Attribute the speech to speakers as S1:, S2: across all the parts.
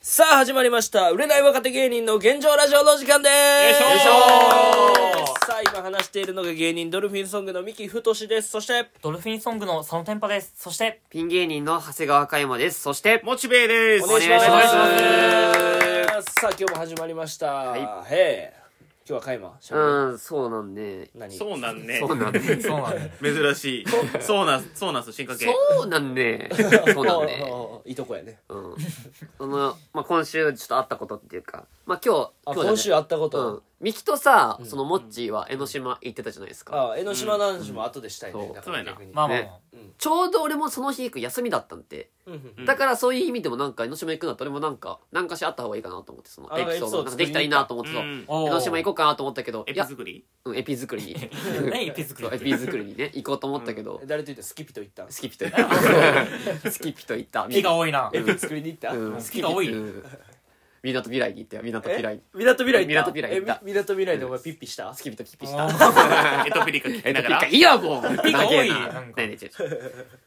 S1: さあ始まりました売れない若手芸人の現状ラジオの時間です
S2: よいしょー
S1: さあ今話しているのが芸人ドルフィンソングの三木太志ですそして
S3: ドルフィンソングの佐野天パです。そして、
S4: ピン芸人の長谷川嘉山です。そして、
S2: モチベーです
S1: お願いします
S4: お願いし
S1: さあ今日も始まりました、
S4: は
S1: へえ今日は開幕しゃべる
S4: うん、そうなんで。
S1: 何
S2: そうなんね
S4: そうなんで。
S3: そうなんで
S2: 珍しいそうなんそうなんす進化系
S4: そうなん で。そうなん で。
S1: いとこやね
S4: うん。その、まあ、今週ちょっとあったことっていうか、まあ、今日、
S1: あ
S4: 日だね
S1: 今週あったこ
S4: うん
S1: と、。
S4: ミキとさ、そのモッチーは江ノ島行ってたじゃないですか。
S1: あ江ノ島の話も後でしたいね、
S4: うん
S1: だから
S2: そう
S1: 逆に
S3: まあまあ
S4: ねちょうど俺もその日行く休みだったんで。
S1: うんうん
S2: ん
S4: だからそういう意味でもなんか江ノ島行くんだったら俺もなんか、なんかしあった方がいいかなと思って、その
S1: あ
S4: エ
S1: エ
S4: ピソード、
S1: ピソード
S4: なんかできたらいいなと思って、そうう。
S2: ん
S3: まあ。
S4: 江ノ島行こ
S3: う。
S4: うかなと思ったけど、
S2: エ
S4: い
S2: ピ
S4: や、
S2: 作り
S4: うんエピ作 りに。
S3: ね、エピ作
S4: そうエ
S3: り。
S4: ピ作りにね、行こうと思ったけど、
S1: 誰と言ってスキピと行った
S4: スキピと行った。スキピと行った。
S3: ピが多いな。
S1: エピ作りに行った、
S4: うん
S3: 好きが多い。
S4: うん港未来に行ったよ、港未来
S1: え。港未来行った
S4: 港未来行った
S1: えみ港未来でお前ピッピした
S4: スキピとピッピした。
S3: あ
S2: エトピリカ聞
S4: え
S2: き
S4: っと、
S2: ながら
S4: ピッカいいやもうピ
S3: ッカ多い
S4: ねえねえ違う違う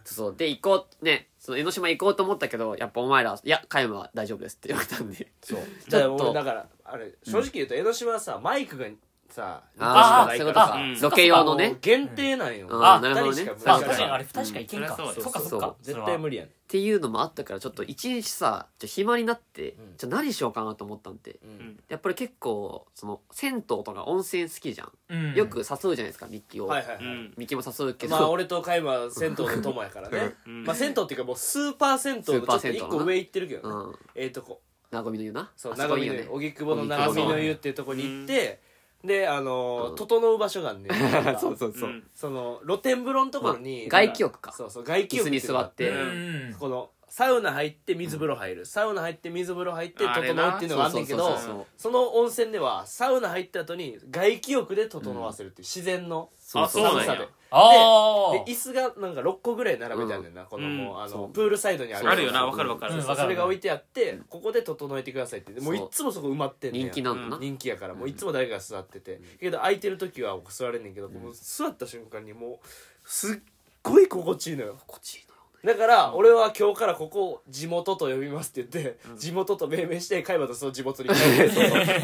S4: そう、で、行こう、ね、その江ノ島行こうと思ったけど、やっぱお前ら、いや、加山は大丈夫ですって言われたんで。そう。
S1: じ
S4: ち
S1: ゃあ
S4: ょっ
S1: 俺だ
S4: と、
S1: からあれ正直言うと江ノ島はさマイクがさ
S4: ああ、そうい
S1: 二個しか
S4: うことか
S2: う。ん
S4: ロケ用の
S1: あ
S4: ね。
S1: 限定なんよ、
S4: うん
S1: あ
S4: あなるほどね
S1: 二人しか
S3: あ、
S4: あ
S3: 確かにあ
S1: 無理
S3: れ二人しかいけん
S2: う
S3: か
S2: んそりゃ。そう
S3: そっか
S4: そう
S3: そっか。
S1: 絶対無
S3: 理。
S1: 理やん
S4: っていうのもあったから、ちょっと一日さ、ちょっと暇になって
S1: ん、
S4: じゃあ何しようかなと思ったんで。
S1: うん
S4: やっぱり結構、その、銭湯とか温泉好きじゃん。
S3: うん。
S4: よく。誘うじゃないですか、ミッキーを。
S1: はいはいは
S2: う
S1: い、
S2: ん
S4: ミッキーも誘うけど。
S1: まあ俺とカイマは銭湯の友やからね、
S2: うん
S1: まあ銭湯っていうかもうスーパー銭湯のちょっと一個上行ってるけどね、
S4: うん。
S1: ええとこ
S4: なごみの湯な。
S1: そう
S4: あそ
S1: 長
S4: こいい
S1: 見
S4: よ
S1: の
S4: ね
S1: 湯。荻窪の長見の湯っていうとこに行って、であのー
S4: うん
S1: 整う場所があんねん
S4: そうそう
S2: う
S4: そう。
S2: ん
S1: その露天風呂のところに、
S4: まあ外気浴か
S1: そうそう外気浴いうのがあ
S4: 椅子に
S3: う
S4: 座っ
S3: ん。
S1: このサウナ入って水風呂入る、サウナ入って水風呂入って
S2: あ
S1: 整
S2: れ
S1: う
S2: な
S1: っていうのがあんねんけ
S4: そう
S1: ど
S4: そうそうそう
S1: その温泉ではサウナ入った後に外気浴で整わせるっていう自然の
S4: そうそう
S2: あそうなんや
S1: で
S3: あ
S1: で椅子がなんか6個ぐらい並べてあるねんな、このもう、
S2: うん
S1: あ
S4: そ
S1: の
S4: う
S1: プールサイドにある
S2: あるよなわかるわかる
S3: うん
S1: そう
S3: わか
S1: そ
S3: る
S1: れが置いてあってここで整えてくださいってもうい
S4: そう
S1: っつもそこ埋まってんねん
S4: 人気なんだな。
S1: 人気やからもういつも誰かが座ってて、けど空いてる時は座れんねんけど、もう座った瞬間にもうすっごい心地いいのよ
S4: 心地いいのよね
S1: だから俺は今日からここを地元と呼びますって言って、地元と命名して海馬とその地元 に帰る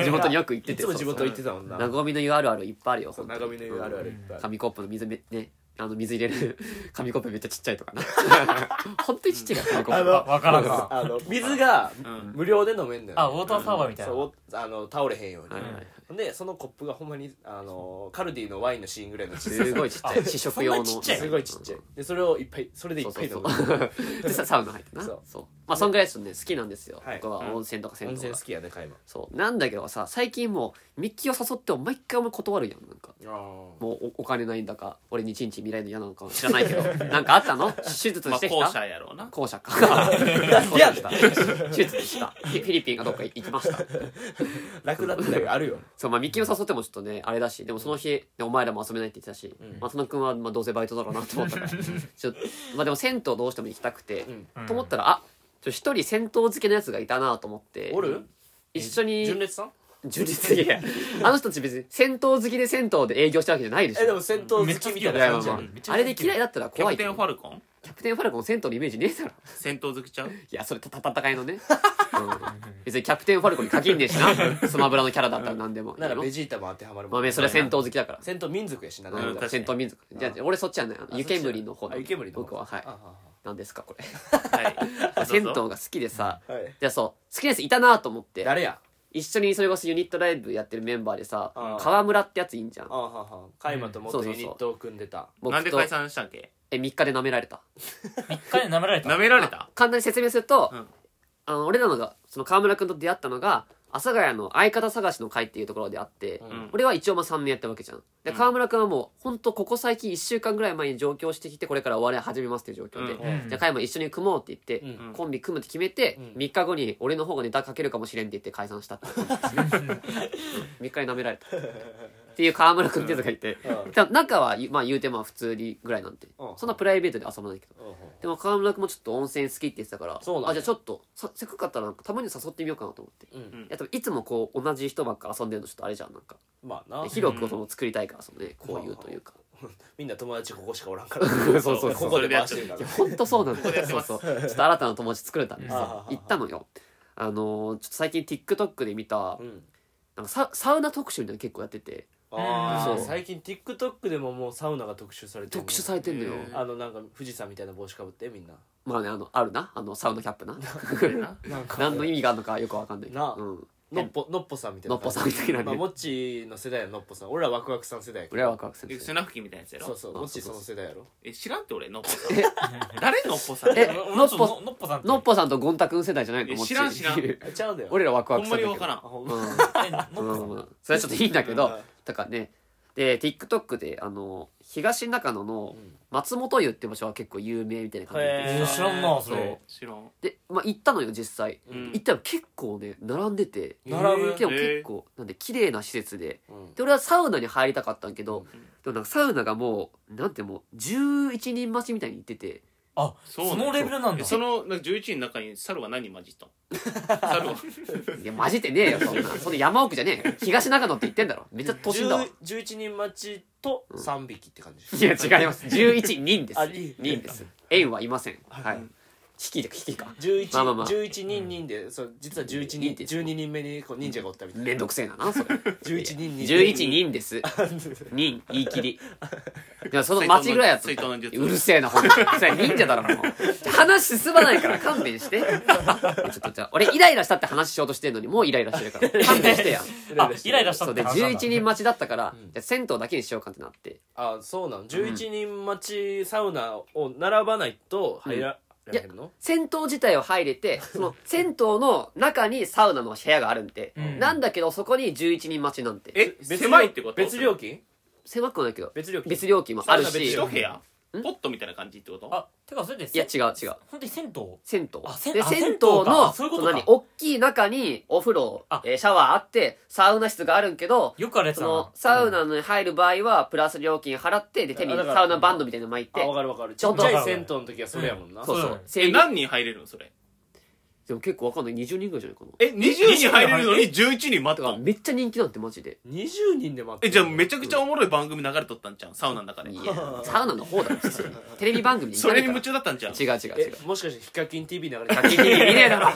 S4: 地元によく行って
S1: い
S4: て。
S1: つも地元
S4: そう
S1: 行ってたもんな
S4: そうなごみの湯あるあるいっぱいあるよ。
S1: そう
S4: 本
S1: 長
S4: 当
S1: 見
S4: に
S1: の湯あるあるいっぱいある
S4: 紙コップの水め、ね。あの、水入 れる紙コップめっちゃちっちゃいとかな。本当にちっちゃいから、紙コップ。
S3: あ。わからんか。
S1: あの水が
S2: うん
S1: 無料で飲めんのよ、
S3: あ、ウォーターサーバーみたいな。
S1: そうおあの倒れへんように、
S4: はいはい
S1: でそのコップがほんまにあのカルディのワインのシーンぐらいの小ささ
S4: すごいちっちゃい。
S3: あ
S4: 試食用の。
S3: そんなちっちゃい
S1: すごいちっちゃいでそれをいっぱいそれでい
S4: そう
S1: っ
S4: そ
S1: ぱいう飲
S4: そ
S1: む
S4: う。でさ、サウナ入ってな。
S1: そう
S4: そう。まあ、そんぐらいですね、好きなんですよ
S1: はい。
S4: 僕は温泉とか銭
S1: 温
S4: 湯
S1: 泉
S4: が
S1: 好。きやねカイマ
S4: そう。なんだけどさ、最近もう、ミッキーを誘っても毎回お前断るやん、なんか。もうおお金ないんだか俺にちんちん見られるの嫌なのかも知らな いけどなんかあったの手術
S2: まあ
S4: してき
S2: 後
S4: た
S2: 者やろうな
S4: 後者か後者した手術したフィフィリピンかどっか行きました
S1: 楽だったよあるよ
S4: そうまあミッキーを誘ってもちょっとねあれだしでもその日、ねお前らも遊べないって言ってたし、
S1: うん
S4: 松野君はまあどうせバイトだろうなと思ったから ちょっとまあでも銭湯どうしても行きたくて、
S1: ん
S3: うん
S4: と思ったらあちょ一人銭湯好きのやつがいたなと思って
S1: おる
S4: 一緒に
S1: 純烈さん
S4: 純烈いやいやあの人たち別に銭湯好きで銭湯で営業したわけじゃないでしょ
S1: えでも戦闘好きみたい
S4: い
S1: な
S4: やいや
S1: 感じや
S4: ま
S1: ね
S3: めっちゃ
S4: あ、あれで嫌いだったら
S2: キャ
S4: 怖
S2: プ
S4: い
S2: テンファルコン
S4: キャプテンファルコン銭湯のイメージねえだろ
S2: 戦闘好きちゃう
S4: いやそれたた戦いのね、うん、別にキャプテンファルコンに限んねえしなスマブラのキャラだったら何でもいい
S1: なら
S4: の
S1: ベジータも当てはまるも
S4: ま
S1: ん
S4: あねそれは戦闘好きだから
S1: 戦闘民族やしな
S4: う
S1: なんんか
S2: 確か
S4: 戦
S2: に
S4: 闘民族じゃあ俺そっちはねあ
S1: あ
S4: の湯煙の方
S1: あ湯煙の方
S4: 僕ははい
S1: あ
S4: 何ですかこれ
S2: はい
S4: 銭湯が
S2: どうぞ
S4: 好きでさ
S1: あああはい
S4: じゃあそう好きなやついたなと思って
S1: 誰や
S4: 一緒にそれこそユニットライブやってるメンバーでさ
S1: ああ
S4: 川村ってやついいんじゃん
S1: ああはあはあカイマと元ユニットを組んでた
S2: なん
S4: 僕
S2: で
S4: と
S2: 解散したんけ
S4: え3日で舐められた
S3: 一回で舐められ
S2: 舐
S3: た。
S2: められた
S4: 簡単に説明すると、
S2: うん
S4: あの俺らのがその川村君と出会ったのが阿佐ヶ谷の相方探しの会っていうところであって、
S2: ん
S4: 俺は一応まあ3年やったわけじゃんで
S2: うん
S4: 川村君はもうほんとここ最近1週間ぐらい前に上京してきてこれからお笑い始めますっていう状況で、
S2: うん
S3: うん
S4: じゃあ加山一緒に組もうって言って、
S1: うん
S4: コンビ組むって決めて、
S1: うん
S4: 3日後に俺の方がネタかけるかもしれんって言って解散したって3 日に舐められたっていう川村君ってやつがいて、
S1: うん
S4: ただ中は、まあ、言うてまあ普通にぐらいなんて、
S1: うん
S4: そんなプライベートで遊ばないけど
S1: うんうん
S4: でも川村君もちょっと温泉好きって言ってたから
S1: そうなんだ
S4: あじゃあちょっとさせっかくだったらなんかたまに誘ってみようかなと思って、
S1: うん
S2: うん
S4: いや多分いつもこう同じ人ばっか遊んでるのちょっとあれじゃんなんか
S1: まあな
S4: 広くその作りたいからそのねこういうというか
S1: みんな友達ここしかおらんから
S4: そうそうそう
S1: ここで回してるから
S4: 本当そうなんだ
S2: ここでや
S4: よ
S2: って
S4: そう
S2: ます
S4: そうちょっと新たな友達作れたんです
S1: あはは
S4: よ行ったのよあのーちょっと最近 TikTok で見た
S1: うん
S4: なんかササウナ特集みたいなの結構やってて
S1: ああ
S4: そう
S1: 最近 TikTok でももうサウナが特集されてるね
S4: 特集されてんのよ、
S2: うん
S1: あのなんか富士山みたいな帽子かぶってみんな
S4: まあねあのあるなあのサウナキャップな
S1: なんか
S4: 何の意味があるのかよくわかんないけど
S1: なあ
S4: うん、
S1: のっぽのっぽさんみたいな
S4: のっぽさんみたいなね
S1: まあ、もっちーの世代はのっぽさん俺らワクワクさん世代やけど
S4: 俺はワクワクす
S2: え
S4: る
S2: 砂吹きみたいなやつやろ
S1: そうそう
S4: あ
S1: もっちーその世代やろ
S2: え知らんって俺ノッポさん誰ノッポさん
S4: え
S3: のっぽのっぽさんって
S4: のっぽさんとゴンタくん世代じゃないの
S2: え
S4: もっち
S2: 知らん知ら
S1: あ
S2: ん
S1: ちゃうんだよ
S4: 俺らワクワ
S2: ほ
S4: ク
S2: ん
S4: さ
S2: まに
S4: んだ
S2: わ
S4: けど
S2: からん
S1: あほんま
S4: うん
S3: えのっぽさん
S4: うんそれはちょっといいんだけ
S1: うん
S4: どだからねで TikTok であの東中野の松本湯って場所は結構有名みたいな感じ
S1: へ
S4: で
S3: えー知らんなそれ
S2: 知らん
S4: で、まあ、行ったのよ実際、
S1: うん
S4: 行ったら結構ね並んでて
S1: 並ぶ
S4: でも結構なんで綺麗な施設で
S1: うん
S4: で俺はサウナに入りたかったんけど、
S1: うん
S4: でもなんかサウナがもうなんてもう11人待ちみたいに行ってて
S3: あ
S2: そう
S3: そのレベルなん
S2: え
S3: だ
S2: そのなんか11人の中に猿は何混じった の猿はい
S4: やマジでねえよそんなそんな山奥じゃねえよ東中野って言ってんだろめっちゃ都心だわ
S1: 10 11人待ちと3匹って感じ、
S4: いや違います11人です
S1: あ人
S4: 人です円はいませんはい
S2: うん
S4: 引きじゃ引きか
S1: 11、
S4: まあまあまあ
S1: 11人人で、そう実は11人
S4: いいです
S1: 12人目にこう忍者がおったみたいな、
S4: めんどくせえななそれ
S1: 11人に
S4: 11人です人言い切りでもその町ぐらいやった
S2: 水筒の術
S4: うるせえなほんとそれ忍者だろもう話進まないから勘弁してちょっとじゃあ俺イライラしたって話しようとしてんのにもうイライラしてるから勘弁してや
S3: あイライラした
S4: そ
S3: っ
S4: う
S3: て
S4: で
S3: 話なん
S4: 11
S3: だ
S4: 人待ちだったから
S1: うん
S4: じゃあ銭湯だけにしようかってなって
S1: あそうなの11人待ちサウナを並ばないと入られへんの、
S4: 銭湯自体を入れてその銭湯の中にサウナの部屋があるんで、
S3: うん
S4: なんだけどそこに11人待ちなんて
S2: え
S1: 料
S2: 狭いってこと
S1: 別料金
S4: 狭くはないけど
S1: 別料金
S4: 別料金もある
S1: サウナ別
S4: し
S1: 料
S2: 一
S1: 金
S2: 部屋
S4: ん
S2: ポットみたいな感じってこと
S3: あてかそれで
S4: いや違う違う
S3: 本当に銭湯
S4: 銭
S3: あ
S4: 湯
S3: 銭
S4: で
S3: あ
S4: 銭湯
S3: 銭湯か
S4: の
S3: あそういうこと
S4: の
S3: か
S4: 何大きい中にお風呂
S3: あ、
S4: えーシャワーあってサウナ室があるんけど
S3: よくあるやつ
S4: そ
S3: だな
S4: のサウナに入る場合はプラス料金払ってで手に
S1: あだから
S4: サウナバンドみたいなの巻い
S1: あ
S4: て
S1: 分かる分かるち
S4: ちょ
S1: っ
S4: っ
S1: ち
S4: と
S1: ゃい銭湯の時はそれやもんな、
S4: そう
S3: そ
S4: そう
S3: だ
S4: う
S3: ね
S4: 整
S2: え
S4: 備
S2: 何人入れるのそれ
S4: でも結構わかんない20人ぐらいじゃないかな
S2: え20人入れるのに11人待
S4: だ
S2: っ
S4: か
S2: た
S4: ら
S2: の
S4: めっちゃ人気なんてマジで
S1: 20人で待って
S2: えじゃあめちゃくちゃおもろい番組流れとったんじゃんサウナの中で
S4: いやサウナの方だろ普通にテレビ番組に行
S2: そ
S4: かな
S2: れ
S4: い
S2: に
S4: から
S2: 夢中だったんじゃん
S4: 違う違う違
S1: え
S4: う
S1: もしかしてヒカキン TV 流れてる
S4: ヒカキン見ねえだろ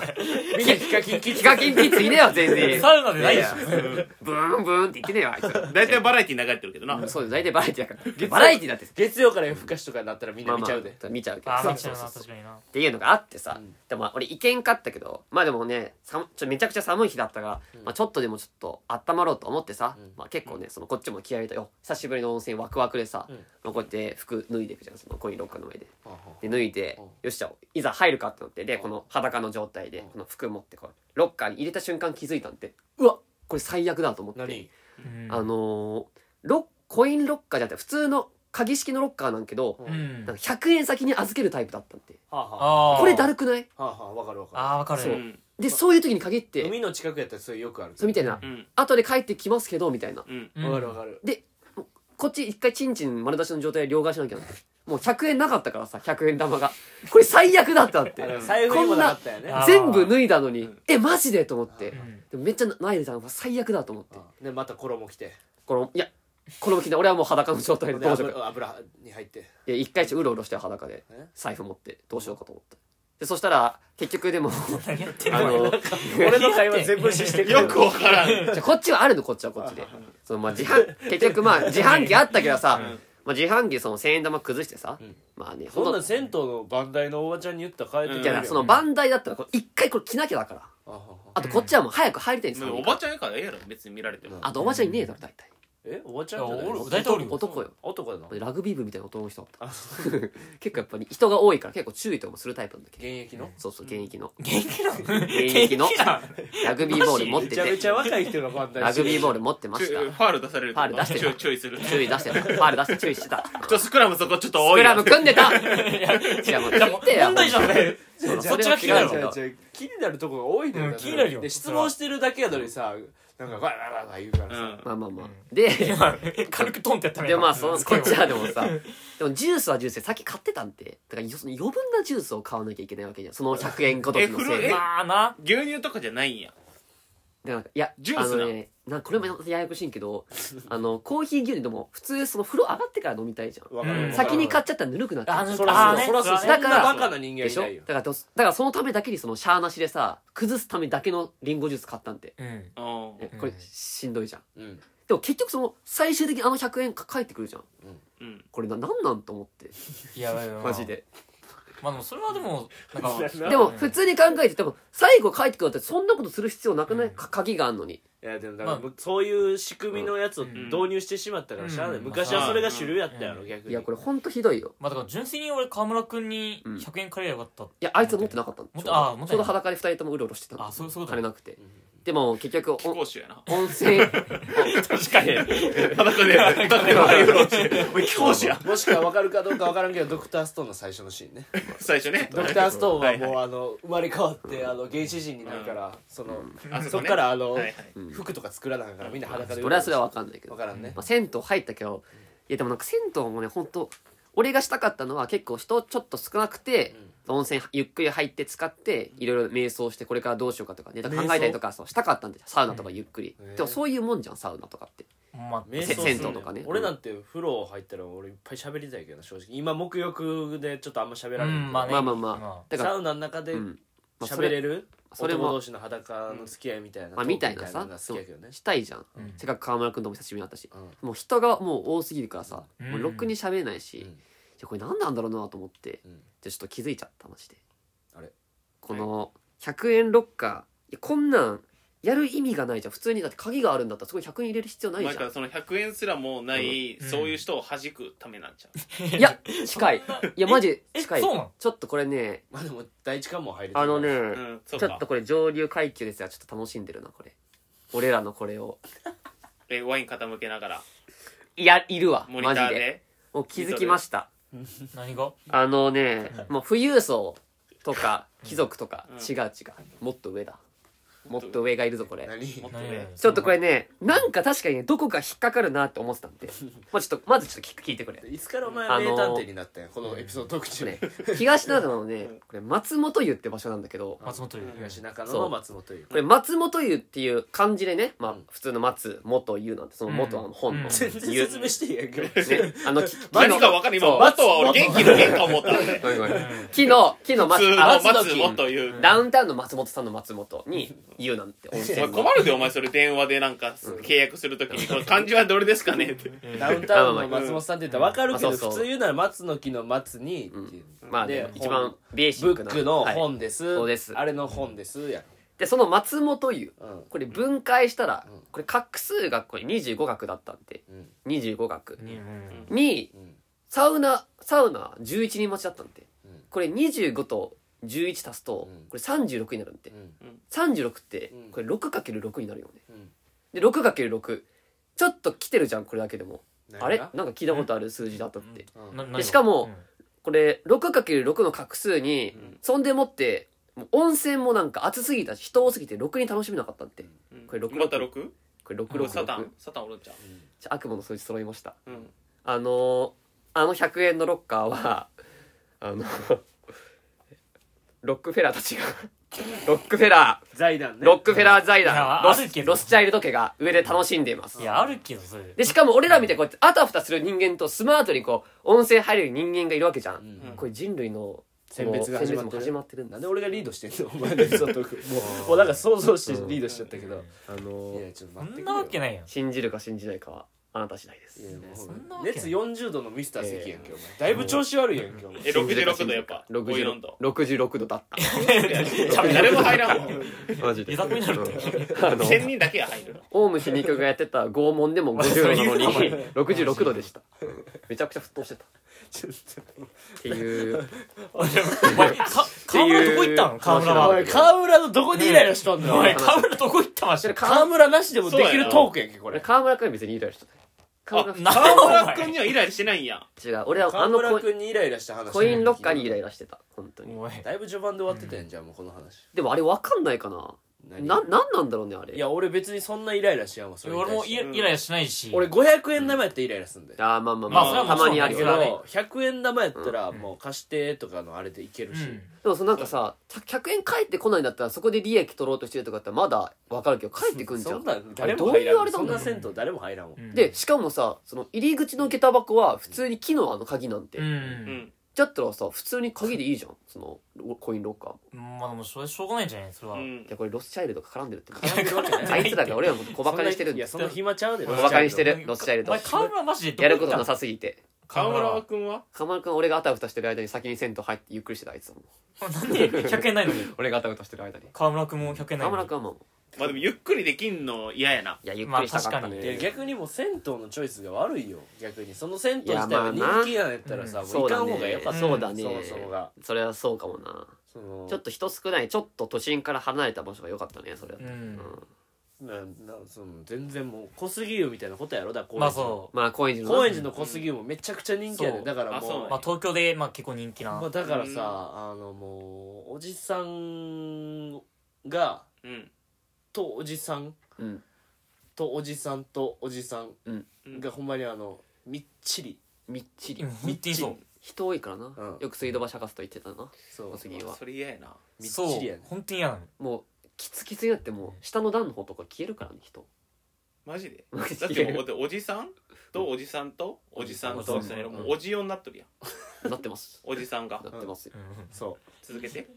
S1: みんなヒカキンキッズ
S4: ヒカキンキッズいねえよ全然
S3: サウナでないでしょ
S4: いやいやブーンブーンって言ってねえよあいつ
S2: 大体バラエティ流れてるけどな
S4: そうです大体バラエティだからバラエティだって
S1: 月曜から夜更かしとかになったらみんな見ちゃうで、
S4: まあまあ見ちゃうけど
S3: あー
S4: そ
S3: ま
S4: う
S3: あち
S4: そ
S3: ゃ
S4: う
S3: うな
S4: そう
S3: 確かにな
S4: っていうのがあってさ、
S1: うん
S4: でもまあ俺行けんかったけどまあでもねさちょめちゃくちゃ寒い日だったから、
S1: うん
S4: まあ、ちょっとでもちょっと温まろうと思ってさ、
S1: うん
S4: まあ、結構ねそのこっちも気合い入れたよ久しぶりの温泉ワクワクでさ、
S1: うん
S4: まあこうやって服脱いでいくじゃんそのコインロッカーの上で。
S1: はあは
S4: で脱いで、
S1: うん
S4: よっしゃいざ入るかってなってで
S1: ん
S4: この裸の状態で
S1: うん
S4: この服持ってこうロッカーに入れた瞬間気づいたんでうわっこれ最悪だと思
S1: あ
S4: って
S1: 何
S3: うん
S4: あのーロコインロッカーじゃなくて普通の鍵式のロッカーなんけど、
S1: うん
S3: うん
S4: なんか100円先に預けるタイプだったんで
S1: はあはあは
S3: あー
S4: これだるくない
S1: あはあ分かる分か
S3: あーわか
S4: そう
S3: る
S2: ん
S4: でそういう時に限って
S1: る海の近くやったらそれよくある
S4: そうみたいな
S2: うん
S4: 後で帰ってきますけどみたいな
S2: うん
S3: うん
S1: 分かる分かる
S4: こっち一回チンチン丸出しの状態で両替しなきゃなんてもう100円なかったからさ100円玉がこれ最悪だったって
S1: あの財布にもなかったよね
S3: こんなあー
S4: 全部脱いだのに
S2: ん
S4: えマジでと思って
S3: うん
S4: でもめっちゃ前でさ最悪だと思って
S1: うんでまた衣着て
S4: このいやこの時ね俺はもう裸の状態で
S1: で
S4: どうしようか
S1: 油油に入って
S4: いや一回ちょっとうろうろして裸で
S1: え
S4: 財布持ってどうしようかと思ってでそしたら結 局でも
S3: 何やってん
S4: あ
S3: の
S4: の
S1: 俺の会話全部無視してくる
S2: よくわからん
S4: じゃあこっちはあるのこっちはこっちでそのまあ自販結局まあ自販機あったけどさ、
S2: ん
S4: まあ、自販機その千円玉崩してさ、
S1: ん
S4: まあね
S1: そんなん
S4: い
S1: 銭湯の番台のおばちゃんに言ったら帰って
S2: うん
S1: き
S4: やだからその番台だったらこれ一回これ着なきゃだからあとこっちはもう早く入りたいんです
S2: でも
S4: よ
S2: おばちゃんやからええやろ別に見られても
S4: あとおばちゃんいねえだろ大体
S1: えおばちゃんじゃない
S3: いやお
S1: の
S3: る大体おるよ
S4: 男よ
S1: 男だな現
S4: ラグビー部みたいな男の人 結構やっぱり人が多いから結構注意とかもするタイプなんだけど
S1: 役の
S4: そうそう現役の
S3: 元気なの
S4: 現役の
S3: な
S4: ラグビーボール持って
S1: めちゃめ
S4: て
S1: ちゃ若い人が番台
S4: ラグビーボー
S1: ル
S4: ル持ってま
S2: ち
S4: した
S2: ょファール出されると
S4: ファウル出して
S2: 注
S4: た
S2: 意注意する
S4: 注意出してたファール出して注意してた
S2: ちょスクラムそこちょっと
S4: ス
S2: 多い
S4: ク
S2: な
S4: ラム組んでたいやもう切ってや
S3: 問題じゃんね
S4: そう
S3: そっち
S4: それ
S3: が
S4: は
S3: 気
S4: 違
S3: になる
S4: うけど
S1: 気になるとこが多いのよ
S3: うん
S1: だから
S3: 気になるよ
S1: で質問してるだけやのにさなんかガラガラガラ言うから
S2: う
S1: さ
S2: ん
S4: まあまあまあで
S3: 軽くトンってやったね
S4: でまあ その
S3: すご
S4: こ
S3: い
S4: っ
S3: わ
S4: ちはでもさでもジュースはジュースで先買ってたんでだからよその余分なジュースを買わなきゃいけないわけじゃんその100円ごときの
S2: え
S4: せい
S2: 古い
S4: で
S3: まあな
S2: 牛乳とかじゃないんや
S4: でなんかいや
S2: ジュー
S4: あ
S2: スな
S4: のねなこれもややこしいんけどあのコーヒー牛乳でも普通その風呂上がってから飲みたいじゃん
S1: わかる
S3: うん
S4: 先に買っ
S1: ち
S4: ちゃったらぬるくなっちゃ
S3: あ
S4: う
S3: の
S1: そら
S3: あーね
S1: そらそら
S3: そ
S1: そ
S4: ら
S1: ら
S4: ね
S1: そんなバカな人間
S4: で
S1: い
S4: しょ
S1: な
S4: だ
S1: いよ
S4: からどだからそのためだけにそのシャアなしでさ崩すためだけのリンゴジュース買ったんで
S3: うん
S2: あ
S4: え
S3: うん
S4: これしんどいじゃん
S1: うん
S4: でも結局その最終的にあの100円か返ってくるじゃん
S2: うん
S4: これななんなんと思って
S3: いやばいやばい
S4: マジで
S3: まあでもそれはでもなんか
S1: いや
S4: でも
S3: うん
S4: 普通に考えてでも最後帰ってくるってそんなことする必要なくない、
S3: うん
S4: か鍵があんのに
S1: いやでもだから
S3: ま
S1: そういう仕組みのやつを
S3: うん
S1: 導入してしまったからしゃあない
S3: うん
S1: 昔はそれが主流やったやろ
S3: うん
S1: 逆に
S4: いやこれほんとひどいよ
S3: まあだから純粋に俺河村君に
S4: うん
S3: 100円借りればよかった
S4: いやあいつは持ってなかったの
S3: 持っ
S4: ち
S3: て
S4: ょう
S3: あー持
S4: ど
S3: ってない
S4: ちょうど裸で二人ともうろうろしてたの
S3: あそうそういうこと
S4: 金
S3: ね
S4: なくてでも結局
S2: 貴
S4: お
S2: 公子やな
S4: 温泉
S2: 確かに裸で裸で笑いをしておい貴公子や
S1: もしくは分かるかどうか分からんけどドクターストーンの最初のシーンね
S2: 最初ね
S1: ドクターストーンはも
S2: は
S1: うあの生まれ変わってあの原始人になるからその
S2: いはいあ
S1: そっ
S2: こね
S1: からあの
S2: はいはい
S4: うん
S1: 服とか作らなあかんからみんな裸で
S4: 俺はそれは分かんないけど、
S1: 分
S4: ま
S1: からんね
S4: あ、銭湯入ったけどいやでもなんか銭湯もねほんと俺がしたかったのは結構人ちょっと少なくて、温泉ゆっくり入って使っていろいろ瞑想してこれからどうしようかとかネタ考えたりとかそうしたかったんでサウナとかゆっくり、
S1: うん
S4: でもそういうもんじゃんサウナとかって
S3: まあ
S1: 瞑想する
S4: 銭湯とかね
S1: 俺なんて風呂入ったら俺いっぱい喋りたいけどな正直今沐浴でちょっとあんま喋られ
S3: うんまあ
S1: ない
S3: ね
S4: まあまあまあだから
S1: サウナの中で
S4: うんまあそ
S1: 喋れ
S4: れ
S1: る
S4: それ
S1: 男同
S4: も
S1: 士の裸の付き合いみたいな
S4: まあみたいな
S1: トーク
S4: さ
S1: みのが好きやけどね
S4: したいじゃん、
S3: うん
S4: せっかく川村君とも久しぶりに会ったし
S1: うん
S4: もう人がもう多すぎるからさ、
S3: うん
S4: もうろくに喋れないし、
S1: うん
S4: じゃあこれ何なんだろうなと思って、
S1: うん
S4: じゃあちょっと気づいちゃったマジで
S1: あれ
S4: この100円ロッカーいやこんなんやる意味がないじゃん普通にだって鍵があるんだったらそこに100円入れる必要ないじゃ
S2: なんかその100円すらもうない、
S3: うん
S2: そういう人を弾くためなんちゃうん
S4: いや近いいやマジ
S3: え
S4: 近い
S3: そうなの
S4: ちょっとこれね
S1: まあでも第一関門入れてる
S4: あのね、
S2: うんそう
S4: ちょ
S2: か
S4: っとこれ上流階級ですがちょっと楽しんでるなこれ俺らのこれを
S2: えワイン傾けながら
S4: いやいるわ
S2: モニタ
S4: マジ
S2: ー
S4: で
S2: で
S4: もう気づきました
S3: 何が
S4: あのね、もう富裕層とか貴族とか、
S2: うん
S4: 違う違う。もっと上だ。もっと上がいるぞ、こ れ。
S1: 何
S2: もっと
S3: 何
S2: ね
S3: が
S4: ちょっとこれね、なんか確かにね、どこか引っかかるなって思ってたんで、まあちょっと、まずちょっと聞聞いてくれ。
S1: いつからお前
S4: あのー
S1: 名探偵になったんやこのエピソード特
S4: こ
S1: 集
S4: れ、東灘のね、これ松本湯って場所なんだけど、
S3: 松本
S1: うん
S3: 優
S1: 東中野
S4: そ
S1: の
S4: う
S1: 松本優
S4: これ松本湯っていう漢字でね、まあ
S1: うん
S4: 普通の松元湯なんて、その元はあの本の
S3: うん
S1: 全然
S4: 湯。
S1: 説明していいやんけど
S4: ね、あの、木木
S2: 何
S4: の
S2: か、分かる今
S4: そう
S2: 元は俺元気の元か思ったわね
S4: ごめんごめん木の、木の
S2: 普
S4: 松、
S2: 通の
S4: あ
S2: 松
S4: 木
S2: 本という、
S3: うん
S4: ダウンタウンの松本さんの松本に湯なんて温
S2: お 前
S4: 泉の
S2: 困るでお前それ電話でなんか契約するときにこれ漢字はどれですかねって
S1: ダウンタウンの松本さんって言ったら分かるけど
S4: あそうそう
S1: 普通言うなら松の木の松にっていう
S4: まあね
S1: で、
S4: 一番ベーシ
S1: ブ
S4: ック
S1: ッ
S4: な。
S1: クの
S4: はい
S1: 本です,、
S4: そうです
S1: あれの本ですやん、
S4: で、その松本湯。
S1: うん
S4: これ分解したら
S1: うん、
S4: これ画数がこれ25画だったんで、
S1: うん
S4: 25画。
S3: にうん
S4: に、
S1: うん
S4: サウナ、サウナ11人待ちだったんで
S1: うん、
S4: これ25と11足すと
S1: うん、
S4: これ36になるんで
S1: う、ん
S4: 36って
S1: うん、
S4: これ 6×6 になるよね
S1: うん。
S4: で、6×6。ちょっと来てるじゃん、これだけでも。
S1: 何が
S4: あれなんか聞いたことある数字だったっ
S3: う
S4: て
S3: ん。
S1: うん
S3: な何
S4: で
S3: が
S4: しかも
S3: うん
S4: これ 6×6 の画数に、
S1: ん
S4: そんでもってもう温泉もなんか暑すぎたし人多すぎてろくに楽しめなかったってこれ六
S2: また 6?
S4: これ666
S2: サタ
S4: じ
S2: ンサタンおるんちゃ
S4: ゃ悪魔の数字揃いました
S2: う、うん、
S4: あのー、あの100円のロッカーは あのロックフェラーたちがロックフェラー
S1: 財団ね
S4: ロックフェラー財
S3: いや
S4: 団ロ
S3: ある
S4: ス
S3: けど
S4: ロスチャイルド家が上で楽しんでいます
S3: いやあるけどそれ
S4: でしかも俺らみたいにこうやってあたふたする人間とスマートにこう温泉入れる人間がいるわけじゃん、
S1: うん
S4: これ人類のこう
S1: 選別が始まってる
S4: 選別も始まってるんだ
S1: なんで俺がリードしてんのお前のエピソードトークもうもうなんか想像してリードしちゃったけど、
S4: あの
S1: いやちょっと
S3: そ
S1: 待って
S3: んなわけ
S1: ない
S3: ないやん
S4: 信じるか信じないかはあなた次第です
S1: やも
S3: そんな
S1: う
S3: わけない
S1: 熱40度のミスター関やんけお前だいぶ調子悪いやんけお前
S2: え66度やっぱ
S4: 六
S2: お
S4: 十
S2: い温 度
S4: 66度だっ
S2: 誰も入らんもん
S4: たマジ
S3: 居酒屋になる って
S4: あの
S2: 1000人だけや入る
S4: オウム真理教がやってた拷問でも50度なのに66度でしためちゃくちゃ沸騰してた
S1: ちょっと
S4: っていう
S3: お前か河村どこ行ったの河村
S1: お
S4: っ
S3: は
S1: 前河村のどこにイライラしとんの
S3: お
S1: お
S3: 前
S1: 前
S3: 河村どこ行ったまし
S4: それ
S3: あ
S1: 河
S4: 川
S1: 村なしでもできるトークやんけこれ
S4: 川村君は別にイライラしてない川村
S3: な
S2: 河
S3: お
S2: 村
S3: 前
S2: 君にはイライラしてないんや
S4: 君違う俺は
S1: 河
S4: あの
S1: 村
S4: コイ
S1: 君にイライラした話
S4: コインロッカーにイライラしてた本当に
S3: お前
S1: だいぶ序盤で終わってたやんじゃあもうこの話
S4: でもあれわかんないかな
S1: 何
S4: ななんなんだろうねあれ
S1: いや俺別にそんなイライラしやんわそれに対
S3: 俺
S1: して
S3: もイライライラしないし
S1: 俺500円玉やったらイライラすんだよ
S4: あーまあま
S3: ま
S4: あま
S3: あ
S4: あ、
S3: それはも
S4: た
S3: うそう
S4: まにある
S1: け
S4: け
S1: ど
S4: ど、
S3: それはね
S1: 100円玉やったらもう貸してとかのあれでいけるし、
S4: でもそのなんかさ100円返ってこないんだったらそこで利益取ろうとしてるとかだったらまだ分かるけど返ってくんじゃ
S1: そん
S4: ん
S1: なん誰も入
S4: どういう
S1: ら
S4: あ
S1: ん
S4: れな
S1: そん
S4: んだろ
S1: な
S4: う
S1: 銭湯誰も入らんもん、
S3: うん
S4: でしかもさその入り口の下駄箱は普通に木のあの鍵なんて、
S3: うん、
S4: じゃったらさ普通に鍵でいいじゃんそのロコインロッカーも
S3: まあでもそれしょうがないんじゃないそれは、
S4: いやこれロスチャイルドが絡んでるって
S1: 絡んでるわけない
S4: あいつらが俺らのこと小バカにしてるん
S1: いや
S4: で
S1: そんな暇ちゃうで
S4: 小バカにしてるロスチャイル
S3: お
S4: ド
S3: 前河村マジでどこ
S4: やる
S3: 行
S4: こ
S3: っ
S4: と
S3: た
S4: なさすぎて
S2: 河
S3: 河村
S2: 村
S3: は
S2: 君は
S4: 鎌丸くん俺があたふたしてる間に先に銭湯入ってゆっくりしてたあいつも
S3: なんで100円ないのに
S4: 俺があたふたしてる間に
S3: 河村君も100円ない
S4: 鎌
S3: のに
S4: 丸くんはもう
S2: まあでもゆっくりできんの嫌やない
S4: やゆっくりしたかった
S3: まあ確かに
S1: いや
S4: ね
S1: 逆にもう銭湯のチョイスが悪いよ逆にその銭湯自
S4: い
S1: 体
S4: やま
S1: が
S4: あな
S1: 人気なんやったらさ、もう
S4: そ
S1: 行
S4: う
S1: か
S4: だ
S1: ん方がや
S4: ね
S1: っぱ
S4: そうだね
S1: そもそもが
S4: それはそうかもな
S1: その
S4: ちょっと人少ないちょっと都心から離れた場所が良かったねそれは、
S3: うん
S1: ななその全然もう小杉湯みたいなことやろだから高円寺
S3: まあそ
S4: まあ高円寺の
S1: 高円寺の小杉湯もめちゃくちゃ人気やね
S3: そう
S1: だから
S2: あそう
S1: も
S2: な
S1: うん
S3: う、まあ、東京で、まあ、結構人気な、
S1: まあ、だからさ、あのもうおじさんが
S2: うん
S1: とおじさん
S4: うん
S1: とおじさんとおじさん
S2: うん
S1: がほんまにあのみっちり
S4: みっちり
S3: 今本当にそう
S4: 人多いからな、
S1: うん
S4: よく水道橋博士と言ってたな
S1: そ
S4: 小
S1: う
S4: 杉
S2: うわ
S4: は
S2: それ嫌やな
S1: みっ
S3: そう
S1: ちりやね
S3: 本当に嫌なの
S4: もうきつきつになってもう下の段の方とか消えるからね 人
S2: マジで
S4: マジ
S2: だ
S4: で
S2: ってもうだっておじさんとおじさんとおじさんとおじさん
S1: うん
S2: もうおじよになっとるやん
S4: なってます
S2: おじさんが
S4: なってますよ、
S3: うん
S1: そ
S2: 続けて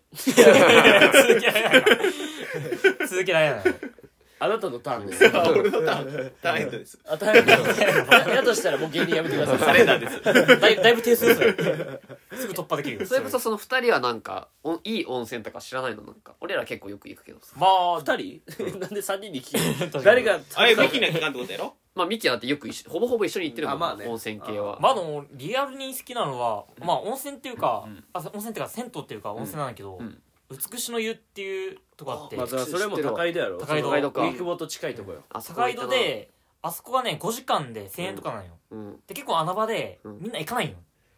S3: 続けられないな続けられないな
S1: うあなたのターンです
S2: あ俺のターンターンエンドです
S1: あターンですやとしたらもう芸人やめてくだ
S2: カ
S1: さ
S2: レ
S1: い
S2: ンダーです
S3: だいだいぶ低数ですよすぐ突破できるよ
S4: それこそその二人はなんかおいい温泉とか知らないのなんか俺ら結構よく行くけどさ
S3: まあ
S1: 2人 なんで3人に聞く
S3: 確
S1: の
S3: かに
S1: 誰が
S2: あれミキの期間ってことやろ
S4: まあミキはだってよく一緒ほぼほぼ一緒に行ってるもん、
S1: あまあね
S4: 温泉系は、
S3: まあでもリアルに好きなのはまあ温泉っていうか、
S4: うん
S3: あ温泉っていうか銭湯っていうか温泉なんだけど、
S4: うん
S3: 美しの湯っていうとこあって
S1: まあそれも高井戸やろ
S3: 高井戸
S1: その
S4: 高井戸か
S1: 荻窪と近いとこよ
S4: あそこ
S3: 高
S4: 行
S3: 井
S4: った
S3: 戸
S4: な、
S3: であそこがね5時間で1000円とかなんよ、
S4: うん、
S3: で結構穴場で
S4: うん
S3: みんな行かないよ、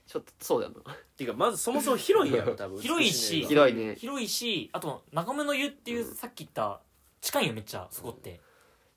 S4: ちょっとそうだよ
S1: っていうかまずそもそも広いやろ多分
S3: 広いし
S1: 美
S4: な
S1: ね
S4: ひどいね
S3: 広いしあと長めの湯っていう、
S4: うん
S3: さっき言った近いよめっちゃそこって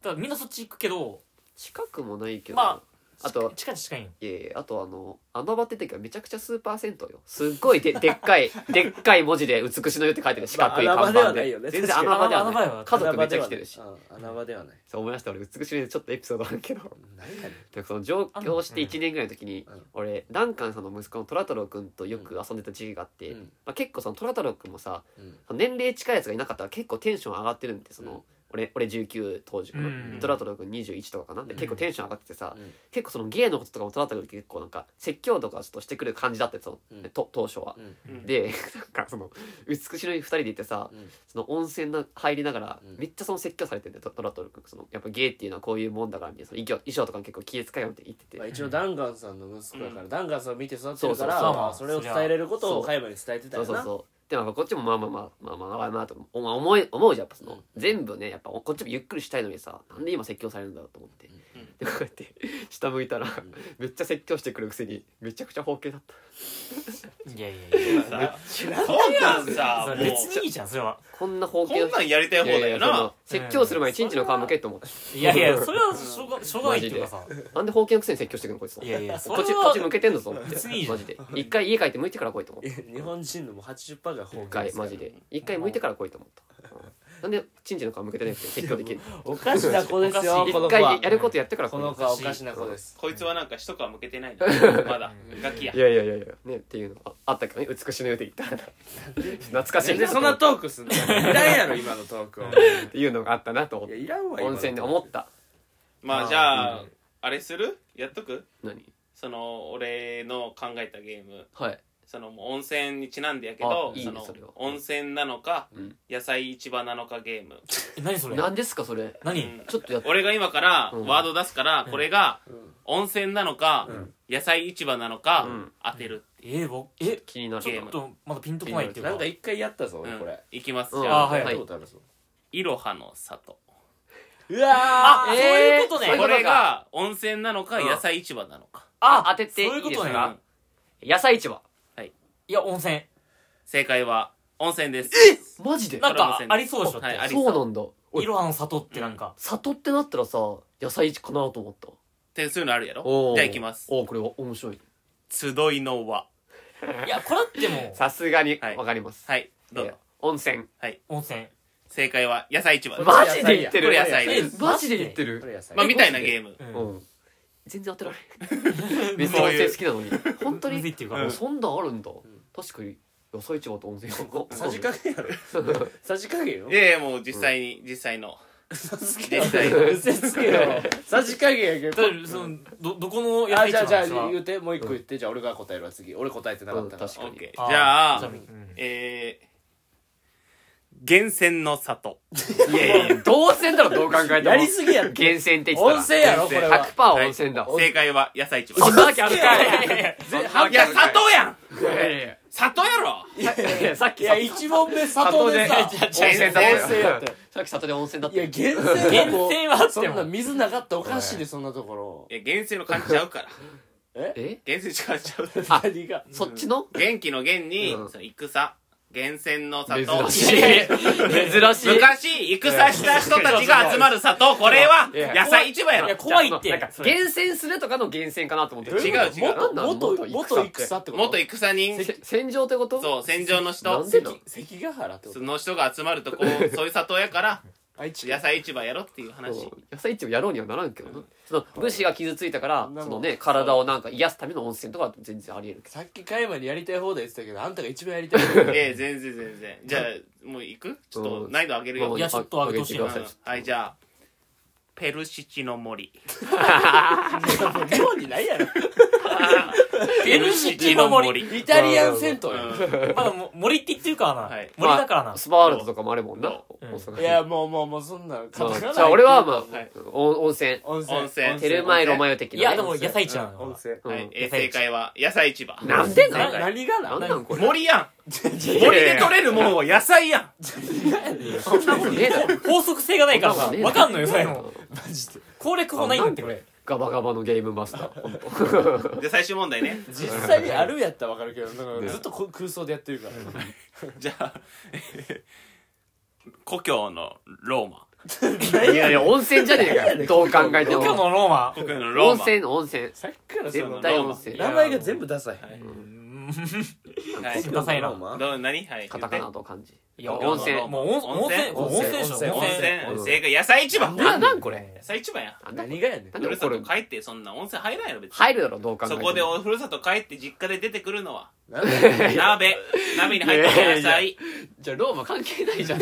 S3: だからみんなそっち行くけど
S4: 近くもないけど、
S3: ま
S4: あと
S3: 近い近いよ
S4: いやいやあとあの穴場って時はめちゃくちゃスーパー銭湯よすっごいでで っかいでっかい文字で「美しの湯」って書いてる四角い
S1: まあ
S4: 看
S1: 穴場で
S4: 板
S1: はない
S4: で
S1: よね
S4: 全然穴場では
S3: 確かに穴場ではない
S4: ない家族めっちゃ来てるし
S1: うん穴場ではない
S4: そう思い出した俺美しの湯でちょっとエピソードあるけど
S1: 何やねん
S4: でその上京して1年ぐらいの時に
S1: うん
S4: 俺ダンカンさんの息子の虎太郎君とよく遊んでた時期があって、
S1: うん
S4: まあ、結構その虎太郎君もさ
S1: うん
S4: その年齢近いやつがいなかったら結構テンション上がってるんでその、
S1: うん
S4: 俺俺19当時かな、
S3: うん
S4: トラトロ君21とかかなで
S1: うん
S4: 結構テンション上がっててさ、
S1: うん
S4: 結構その芸のこととかもトラトロ君結構なんか説教とかちょっとしてくる感じだってその、
S1: うん
S4: と当初は。
S1: うん
S2: うん
S4: でなんかその美しい2人で行ってさ
S1: うん
S4: その温泉な入りながら、
S1: うん
S4: めっちゃその説教されてんだよトトラトル君そのやっぱ芸っていうのはこういうもんだからみたいなその衣装衣装とかも結構気遣いよって言ってて、
S1: まあ、一応ダンガンさんの息子だから、
S2: う
S1: ダンガンさんを見て育ってるから
S4: そうそうそう
S1: まあそれを伝えれることを
S4: そう
S1: 海馬に伝えてた
S4: そ
S1: よ
S4: う
S1: な
S4: そうそうでもやっぱこっちもまあまあまあまあまあまあまあと思う思い思うじゃんやっぱその、
S1: うん
S4: 全部ねやっぱこっちもゆっくりしたいのにさなんで今説教されるんだろうと思って、
S2: うん
S4: でこうやって下向いたら、
S1: ん
S4: めっちゃ説教してくるくせにめちゃくちゃ包茎だった
S3: いやいやいや
S2: さこんなんさも
S3: それ別
S2: う
S3: にいいじゃんそれは
S4: こんな包茎
S2: こんなんやりたい方だよ
S4: いやいやそ
S2: な
S4: の説教する前にチンチの皮むけと思って、
S3: いやいやそれはしょうがしょうがないっていうか さ
S4: なんで包茎のくせに説教してくるのこいつと
S3: いやいやそ
S4: こっ
S3: れ
S4: ちこっち
S3: は
S4: 向けてんのぞって
S3: 別にいいじゃん
S4: マジで一回家帰って向いてから来いと思って
S1: え 日本人のもう80%が崩
S4: 一回マジで一回向いてから来いと思った、うんなんでチンチの皮むけてなくて説教できる
S1: おかしな子ですよ
S3: おかしい
S1: この子
S4: 一回
S1: は
S4: やることやってから来
S1: こ
S4: い
S1: の子はおかしな子です
S2: こいつはなんか一皮向けてないなまだガキや
S4: いやいやいやいやねっていうのああったけどね美しの湯で行ったら懐かしい
S1: 全然
S4: な
S1: そ
S4: と
S1: ん
S4: 思
S1: な
S4: っ
S1: トークすんのいらんやろ今のトークを
S4: てっていうのがあったなと思っ
S1: い
S4: て
S1: やいらんわ今の
S4: 温泉で思った
S2: まあじゃああれするやっとく
S4: 何
S2: その俺の考えたゲーム
S4: はい
S2: そのもう温泉にちなんでやけど
S4: あいいね
S2: その
S4: それは
S2: 温泉なのか、
S4: うん
S2: 野菜市場なのかゲーム
S3: え何 それ
S4: 何ですかそれ
S3: 何、
S2: うん
S4: ちょっとやっ
S2: 俺が今から
S4: うん
S2: ワード出すから、これが
S1: ん
S2: 温泉なのか、
S1: ん
S2: 野菜市場なのか、
S4: うん
S2: 当てる、
S3: えー、僕え
S4: 気になる
S2: ゲ
S3: ち
S2: ー
S3: ょ
S2: ム
S3: っとまだピンとこないっていうか
S1: なんか一回やったぞ
S2: う
S1: 俺
S2: ん
S1: これ
S2: いきます、
S4: うん
S2: じ
S3: あ
S2: ゃあ
S3: ーはい
S1: やったことあるぞ
S2: いろはの里
S1: うわ
S3: あ
S1: ー
S3: そういうことね
S4: そういう
S2: こ
S4: こと
S2: れ
S4: か
S2: が温泉なのか
S4: うん
S2: 野菜市場なのか、
S4: あ当ててい
S3: そういう
S4: い
S3: こ
S4: で
S3: と
S4: す
S3: ね
S4: か野菜市場
S3: いや温泉
S2: 正解は温泉です
S4: マジで
S3: なんかありそうでしょ
S2: はい
S3: だ
S2: あ
S3: っ
S2: り
S3: て
S2: そう
S4: そうなんだ俺
S3: いろはの里ってなんか
S4: 里ってなったらさ野菜かなと思った
S2: ってそういうのあるやろ
S4: おー
S2: じゃあ行きます
S4: おーこれは面白い
S2: 集いの輪
S3: いやこれっても
S4: さすがに
S2: はい
S4: わかります、
S2: はいどう
S4: い
S2: ぞ
S4: や温泉
S3: う温泉
S2: 正解は野菜市場
S4: マジで言ってる
S2: これ野菜です
S4: マジで言って
S1: こ
S4: る、
S1: れ野菜
S2: まあみたいなゲーム
S3: うん
S4: うん、全然当てられ ないめっちゃ温泉好きなのに 本当
S3: むずい
S4: に
S3: っていうか
S2: うん
S4: そんなんあるんだ、確かに野菜市場と温 泉は
S1: さじ加減やろさじ加減よ
S2: いやいやもう実際に実際の
S1: さじ
S2: 実際の
S1: 嘘つけよさじ加減やけ
S3: だ
S1: ど
S3: からそのどどこの
S1: あ
S3: 野菜
S1: じゃあ
S3: 市
S1: じゃ
S3: 場
S1: あ
S3: なん
S1: 言
S3: で
S1: うてもう一個言ってじゃあ俺が答えるわ次俺答えてなかったから
S4: うん確か
S2: オ
S4: に
S2: ッケ
S3: す
S2: ー
S3: か
S2: じゃ
S3: ーじ
S2: あ
S3: ゃうん
S2: えー源泉の里
S4: いやいや同泉だろどう考えても
S1: やりすぎやって
S4: 源泉って言ってたら
S1: 温泉やろこれは
S4: 100%温泉だ、
S2: 正解は野菜市場
S4: そんなわけあるかいそんなわ
S2: い
S4: けあ
S2: や
S4: るか
S2: 里やん
S4: いやいやいや
S2: 里やろ
S4: いやいやさっ
S1: い
S4: き
S1: や
S4: さ
S1: 一問目里でさ
S2: 違
S4: 温
S2: う違う
S4: 泉だ
S2: 温
S1: 泉やっ
S4: っ
S1: たた
S4: よ
S1: よ
S4: さっき里で温泉だっ
S1: い
S4: た
S1: や
S4: よ
S1: 源泉は
S3: 源泉はあって
S1: そんな
S3: も
S1: 水なかったらおかしいでそんなところ
S2: いや源泉の感じちゃうから
S4: え
S2: 源泉ちゃうちゃう
S4: あ
S1: 何が
S4: そっちの
S2: 元気の元に、
S4: うん
S2: その戦源泉の里
S4: 珍しい
S2: やや
S4: 珍しい
S2: 昔戦した人たちが集まる 里これはい
S4: や
S2: 野菜市場やろ
S3: いや怖いって
S4: なんか厳選するとかの厳選かなと思って
S2: 違う違う
S1: 元元元戦ってこと
S2: 元戦人
S4: せ戦場ってこと
S2: そう戦場の
S4: なん
S2: 人
S4: でなん
S1: 関ヶ原ってこ
S2: そ
S1: と
S2: の人が集まるとこ うそういう里やから
S1: 愛知
S2: 野菜市場やろっていう話
S4: そう野菜市場やろうにはならんけどなその武士が傷ついたから
S1: なる
S4: そ
S1: ほど
S4: のね体をなんか癒すための温泉とかは全然ありえるけ
S1: さっき加山にやりたい放題言ってたけどあんたが一番やりたい
S2: ええ全然全然じゃあもう行くちょっと難易度上げる
S4: ど
S2: よ
S3: いやちょっと上げてほしいな
S2: うんはいじゃあペルシチの 森
S1: 妙にない やろ
S3: ペルシキの森
S1: イタリアン銭湯
S2: う
S1: や
S2: ん
S3: まだも森って言ってるからな、
S2: はい
S3: 森だからな、
S4: どスパールトとかもあれもんな
S2: そ
S3: うん
S4: 大阪
S1: いやもうもうもうそんなの
S4: ま
S1: 語らな
S4: あ
S1: い
S4: じゃあ俺はま
S2: はい
S4: あお温泉
S1: 温泉
S2: 温泉
S4: テルマエロマ
S1: ヨ
S4: ヨ的ないね
S3: やでも野菜市場なの
S1: 温泉
S4: うん
S2: はい、えー正解は野菜市場
S4: なんでな
S1: なん何がな
S4: なんなんこれ
S2: 森やん
S4: 森
S2: 森で取れるもんは野菜やん
S4: そんなもんねえだろ
S3: 法則性がないから
S4: そ
S3: さ
S4: なもねえだ
S3: わ
S4: ろ
S3: かんのよそれも
S1: マジで
S3: 攻略法ないんだってこれ
S4: ガバガバのゲームマスターほんと
S2: じゃあ最終問題ね
S1: 実際にあるやったらわかるけどなんかずっとこ空想でやってるから
S2: じゃあ、えー故郷のローマ
S4: いやいや温泉じゃねえかよどう考えて
S3: 故郷
S4: も
S3: のローマ
S2: 故郷のロー
S4: 温
S2: マ
S4: 泉温泉
S1: さっきからその
S4: 絶対温泉
S1: 名前が全部ダサい
S2: はい
S3: 全部ダサいな
S2: どう何はい
S4: カタカナと漢字
S3: いや
S4: 温泉
S3: もう温
S2: 温泉
S3: 温泉温泉でしょ
S2: 温泉
S3: 温泉
S4: 温泉
S2: 正解野菜市場
S4: ななんこれ
S2: 野菜市場や
S4: なんだこれ
S1: 何がやねん
S4: なん
S2: ふ
S4: で
S2: るさ
S4: ことれ
S2: 帰ってそんな温泉入らんやろ別に
S4: 入るだろどう考えて
S2: そ
S4: も
S2: こでおふるさと帰って実家で出てくるのは
S1: なんで
S2: 鍋鍋に入ってる野
S4: いや
S2: 菜
S4: じゃあローマ関係ないじゃん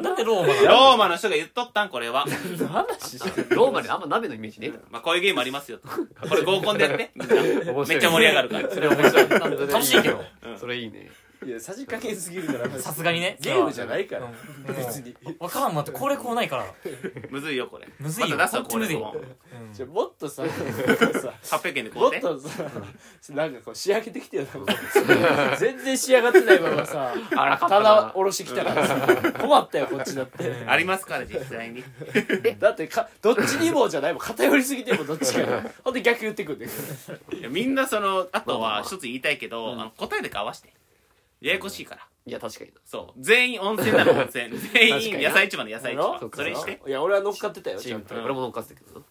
S3: なんでローマなの
S2: ローマの人が言っとったんこれは
S1: 何の話してる
S4: ーマであんま鍋のイメージね
S2: まあこういうゲームありますよとこれ合コンでやってみんな
S4: 面白い
S2: めっちゃ盛り上がるから
S4: それ面白い
S3: 楽しいけど
S4: それいいね
S1: いやさじ加減すぎるから
S3: さすがにね
S1: ゲームじゃないか
S3: うん
S1: ら
S3: も
S1: 別に
S3: うわからんもんだって攻略法ないから
S2: むずいよこれ
S3: むずいよ
S2: また出すわ
S3: ほんと
S2: こ
S3: むず
S2: れ
S3: い
S2: も
S3: うん
S1: じゃあもっと ささ
S2: 800円で買
S1: も
S2: う
S1: ってとさなんかこう仕上げてきてよ なんか全然仕上がってないままさ
S4: あらかった
S1: 棚
S4: な
S1: 下ろしてきたからさ困ったよこっちだって
S3: うん
S2: ありますから実際に
S1: だってかどっちにもじゃないもん偏りすぎてもどっちかほんで逆言ってくんだよ
S2: いやみんなそのあと
S4: まあまあ
S2: は
S4: まあ
S2: 一つ言いたいけど、あの答えだけ合わせてややこしいから
S4: いや確かに
S2: そう全員温泉なら温泉 全
S4: 確か
S2: 員
S4: にな
S2: 野菜市場の野菜市
S1: やろ
S2: 場
S4: そうか
S2: それにして
S1: いや俺は乗っかってたよ
S4: チ
S1: ち
S4: ー
S1: ゃ
S4: ム
S1: んと
S4: と俺も乗っかってたけど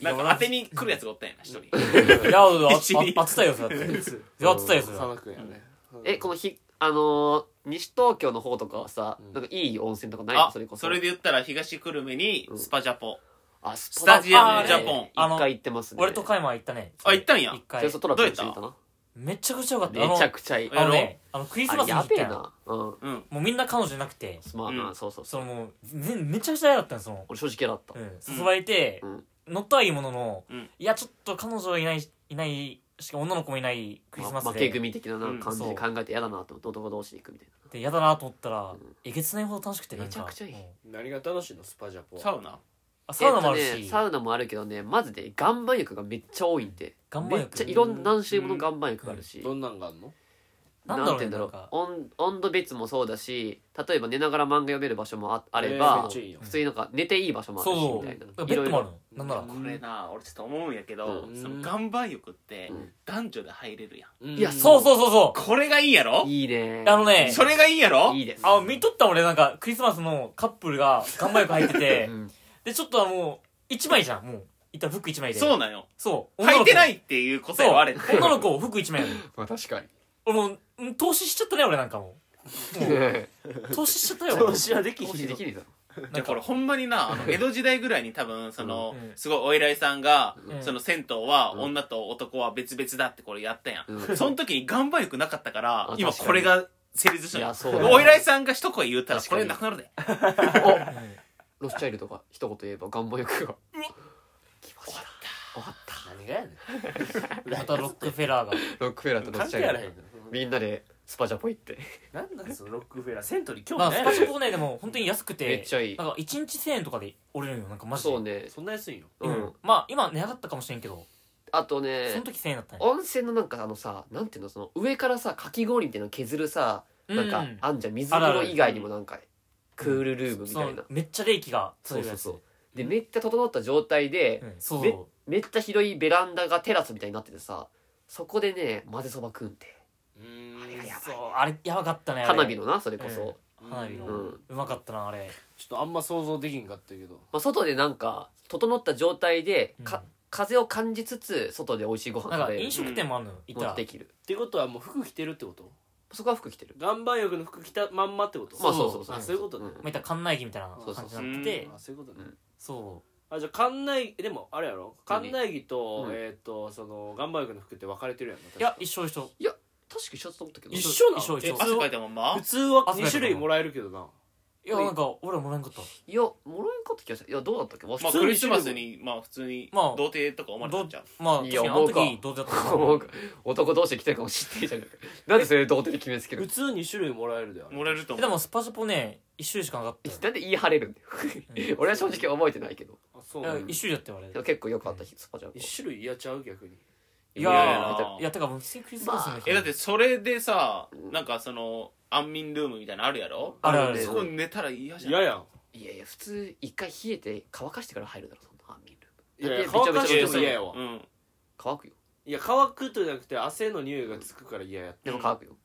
S2: なんか当てに来るやつがおったんやな一人
S3: いや俺あ
S2: 一人
S3: あ当てたよそれだって当てたよそれ
S1: 佐野くんやね
S4: えこのひあのー西東京の方とかはさ
S1: うん
S4: なんかいい温泉とかないの
S2: あ
S4: それこそ
S2: それで言ったら東久留米にスパジャポ、
S4: あス
S2: スタジア
S3: ム
S4: ね
S3: ジャポンあの
S4: 一回行ってますね
S3: 俺と加山行ったね
S2: あ行ったんや
S3: 一
S4: そ
S3: 回
S4: れそトラック一緒にいたな
S3: めちゃくちゃよかったあの
S4: めちゃくちゃいい
S2: や
S3: あ
S2: ろ
S3: のねあのクリスマ
S4: あ
S3: スに行
S4: や
S3: った
S4: べえ
S3: やん
S4: なうん
S2: うん
S3: もうみんな彼女じゃなくて
S4: まあ
S2: う
S4: なんそうそうそう
S3: そのもうめめちゃくちゃ嫌だったのその
S4: 俺正直嫌だった
S3: うん誘われて
S4: うん
S3: 乗ったはいいものの
S2: うん
S3: いやちょっと彼女いないいないしかも女の子もいないクリスマ
S4: ま
S3: ス
S4: 負け
S3: で
S4: 組的なな
S2: うん
S4: 感じで考えて嫌だなと思って男同士で行くみたい
S3: で嫌だなと思ったらえげつないほど楽しくてなんか
S4: めちゃくちゃいい
S3: うん
S1: 何が楽しいのスパジャポ
S2: サウナ
S3: あサ
S4: な
S3: ウナもある
S4: えっとね
S3: し
S4: サウナもあるけどねまずで岩盤浴がめっちゃ多いんで
S3: 岩盤
S4: め
S3: 浴
S4: っちゃいろんな何種類もの岩盤浴があるし
S1: どんなんがあんの
S3: なんだ
S4: な
S3: ろ
S4: ん
S3: う
S4: て言う
S3: ねな
S4: んだろ
S3: ん
S4: う
S3: か
S4: 温温度別もそうだし例えば寝ながら漫画読める場所もああれ
S1: えーめ
S4: ば
S1: っちゃいいよ
S4: 普通になんか寝ていい場所もあるし
S3: そ
S4: み
S3: う
S4: た
S3: ベ
S4: い
S3: ッ
S4: な
S3: ドもある
S1: いろい
S3: のな
S1: ろ
S3: んな
S2: これな俺ちょっと思うんやけど、
S1: うん
S2: その岩盤浴って
S4: うん
S2: 男女で入れるやん、
S1: い
S4: いや
S3: らそう
S1: う
S3: そうそうそ
S2: これがいいやろ
S4: いいね
S3: あのね
S2: それがいいやろ
S4: いいです
S3: うあ見とった俺なんかクリスマスのカップルが岩盤浴入ってて
S4: うん
S3: でちょっとはもう1枚じゃんもういったら服1枚で
S2: そううなの
S3: そう
S2: 履いてないいっていうこと
S3: そう
S2: よあれって
S3: 女の子を服1枚なの
S4: まあ確かに
S3: 俺もううん投資しちゃったね俺なんかもう投資しちゃったよ
S1: 投資はでき
S4: 投
S1: ひ
S4: 資
S1: ん
S4: でき
S1: よ
S4: るぞ
S2: じゃあこれほんまになあの江戸時代ぐらいに多分その、
S3: うん
S2: すごいお偉いさんが、
S3: うん
S2: その銭湯は
S4: うん
S2: 女と男は別々だってこれやったやん、
S4: うん
S2: その時に岩盤浴なかったから
S4: あ
S2: 今
S4: 確かに
S2: これが成立した
S4: い
S2: の
S4: やそうだね
S2: お偉いさんが一声言ったら
S4: 確
S2: こ
S4: か
S2: れ
S4: に
S2: なくなるで
S4: ロスチャイルとか一言言えば願望欲が終わった
S1: 何がやねん
S3: またロックフェラーが
S4: ロックフェラーとロ
S1: 関
S4: スチ
S1: 係あ
S4: ャ
S1: ら
S4: イ
S1: へん
S4: ルみんなでスパジャポ行って
S1: なんなんそのロックフェラーセントに興
S3: まあ
S1: 味ない
S3: スパ
S1: や
S3: チ
S1: ろ
S3: コねでも本当に安くて
S4: めっちゃいい
S3: なんか1日1000円とかで折れるのよなんかマジで
S4: そうね
S1: そんな安いんよ
S3: う
S4: うんん
S3: まあ今値上がったかもしれんけど
S4: あと
S3: その
S4: ね
S3: 時1000円だったね
S4: 温泉のなんかあのさなんていうのその上からさかき氷みたいなの削るさなん
S3: う
S4: かあんじゃん水風呂以外にもなんかクールルームみ
S3: そ
S4: たいな
S3: のめっちゃ冷気が
S4: そ
S3: 強
S4: う
S3: い
S4: そ
S3: や
S4: う
S3: つ
S4: そうでめっちゃ整った状態で
S3: うんそう
S4: め
S3: そ
S4: めっちゃ広いベランダがテラスみたいになっててさそこでね混ぜそば食うんて
S1: うーん
S4: あれがや
S3: うそうあれやばかったねあれ
S4: 花火のなそれこそ
S3: 花火の
S4: うん
S3: うまかったなあれ
S1: ちょっとあんま想像できんかったけど
S4: まあ外でなんか整った状態でか
S3: うん
S4: 風を感じつつ外で美味しいご飯
S3: なん
S4: 食
S3: か
S4: べれ
S3: 飲
S4: る
S3: 食店もあるのよ行っ
S4: 持
S3: た
S4: っ
S3: ら
S4: てきる
S1: ってことはもう服着てるってこと
S4: そこは服着てる
S1: 岩盤浴の服着たまんまってこと
S4: まあそうそうそう
S1: あそういうことね
S4: ん
S3: まあ言ったら館内着みたいな
S1: そうそ
S3: 感
S1: う
S3: じ
S1: そう
S3: になってて
S1: あそういうことね
S3: そ
S1: あじゃあ館内でもあれやろ館
S4: 何
S1: 内着と、
S4: うん
S1: えっ、とその岩盤浴の服って分かれてるやん
S3: ういや一緒一緒
S4: 確か一緒だと思ったけど
S1: 一緒なの
S3: 一緒一緒
S1: え
S2: 汗かいたまんま
S1: 普通は
S3: 汗かい
S1: 2
S3: た
S1: 種類もらえるけどない
S3: やなんか俺らもらえんかった
S4: いやもらえんかった気がしたいやどうだったっけ忘れ
S2: まあ
S4: た
S1: 通に
S2: クリスマスにまあ普通に
S3: まあ
S2: 童貞とか思われたんちゃう
S3: まあ確
S4: い
S3: か
S4: や
S3: にあの
S4: 思う
S3: 時
S4: か
S3: どうだったかな
S4: もう 男同士で来てるかもしれないじゃんなんでそれ童貞で決めつけ
S1: 普
S4: る
S1: 通2種類もらえるであれ
S2: もらえると思
S3: え
S2: う
S3: でもスパジャポね一種類しかなかったよ
S4: なんで言い張れるんだよ俺は正直覚えてないけど
S1: あそう
S3: い
S1: な
S3: や
S1: の
S3: 一種類だって言われ
S4: でも
S3: る
S4: 結構良かった日スパジャンコ
S1: 1種類嫌ちゃう逆に
S3: い
S4: い
S3: や
S4: や
S3: ー
S4: い
S2: やいや
S3: いやてかもう普通にクリスマスの日
S2: えだってそれでさなんかその安眠ルームみたいなのあるやろ
S3: あるある
S2: そこに寝たら嫌じゃん
S1: 嫌やん
S4: いやいや普通一回冷えて乾かしてから入るだろそんな安眠ルーム
S1: いやい
S4: だ
S1: や
S4: って
S1: 乾かしても
S4: めちゃめちゃ
S1: 嫌やわ
S2: うん
S4: 乾くよ
S1: いや乾くとじゃなくて汗の匂いがつくから嫌や
S4: でも乾くよ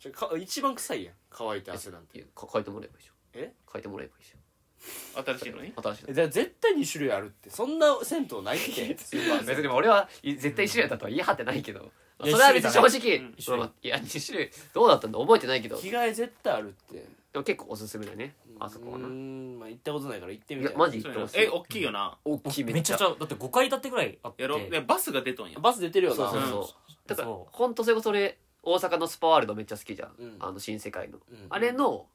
S1: ちょか一番臭いやん乾いた汗なんて
S4: いやか書いてもらえばいいじゃん
S1: え
S4: 書いてもらえばいいじ
S2: 新しいのに
S4: ゃん新しい
S1: えじゃあ絶対2種類あるってそんな銭湯 ないってスーパー
S4: 別にでも俺はい絶対一種類だったとは言い張ってないけどまあ
S3: いや
S4: それは別に正
S2: 一種類だ
S4: 直
S2: ね
S4: そのいや2種類どうだったんだ覚えてないけど
S1: 着
S4: で
S1: 替え絶対あるって
S4: も結構おすすめだねあそこは
S1: う
S4: な
S1: ーんまあ行ったことないから行って
S4: い
S1: み
S4: や
S1: たい
S4: マジ
S2: そ
S4: 行
S2: う
S4: っ
S2: やな
S4: てほしい
S2: え大きいよな
S4: 大きいめ
S3: め
S4: っ
S3: ち
S4: ち
S3: ゃ
S4: ゃ
S3: くちゃだって5階建てぐらいあって
S2: やろでバスが出とんや
S1: バス出てるよ
S4: そう
S1: な
S4: そう
S2: うん
S4: そうだから
S3: そう
S4: ほんとそれこそ俺大阪のスパワールドめっちゃ好きじゃん
S1: うん
S4: あの新世界の
S1: うん
S4: あれの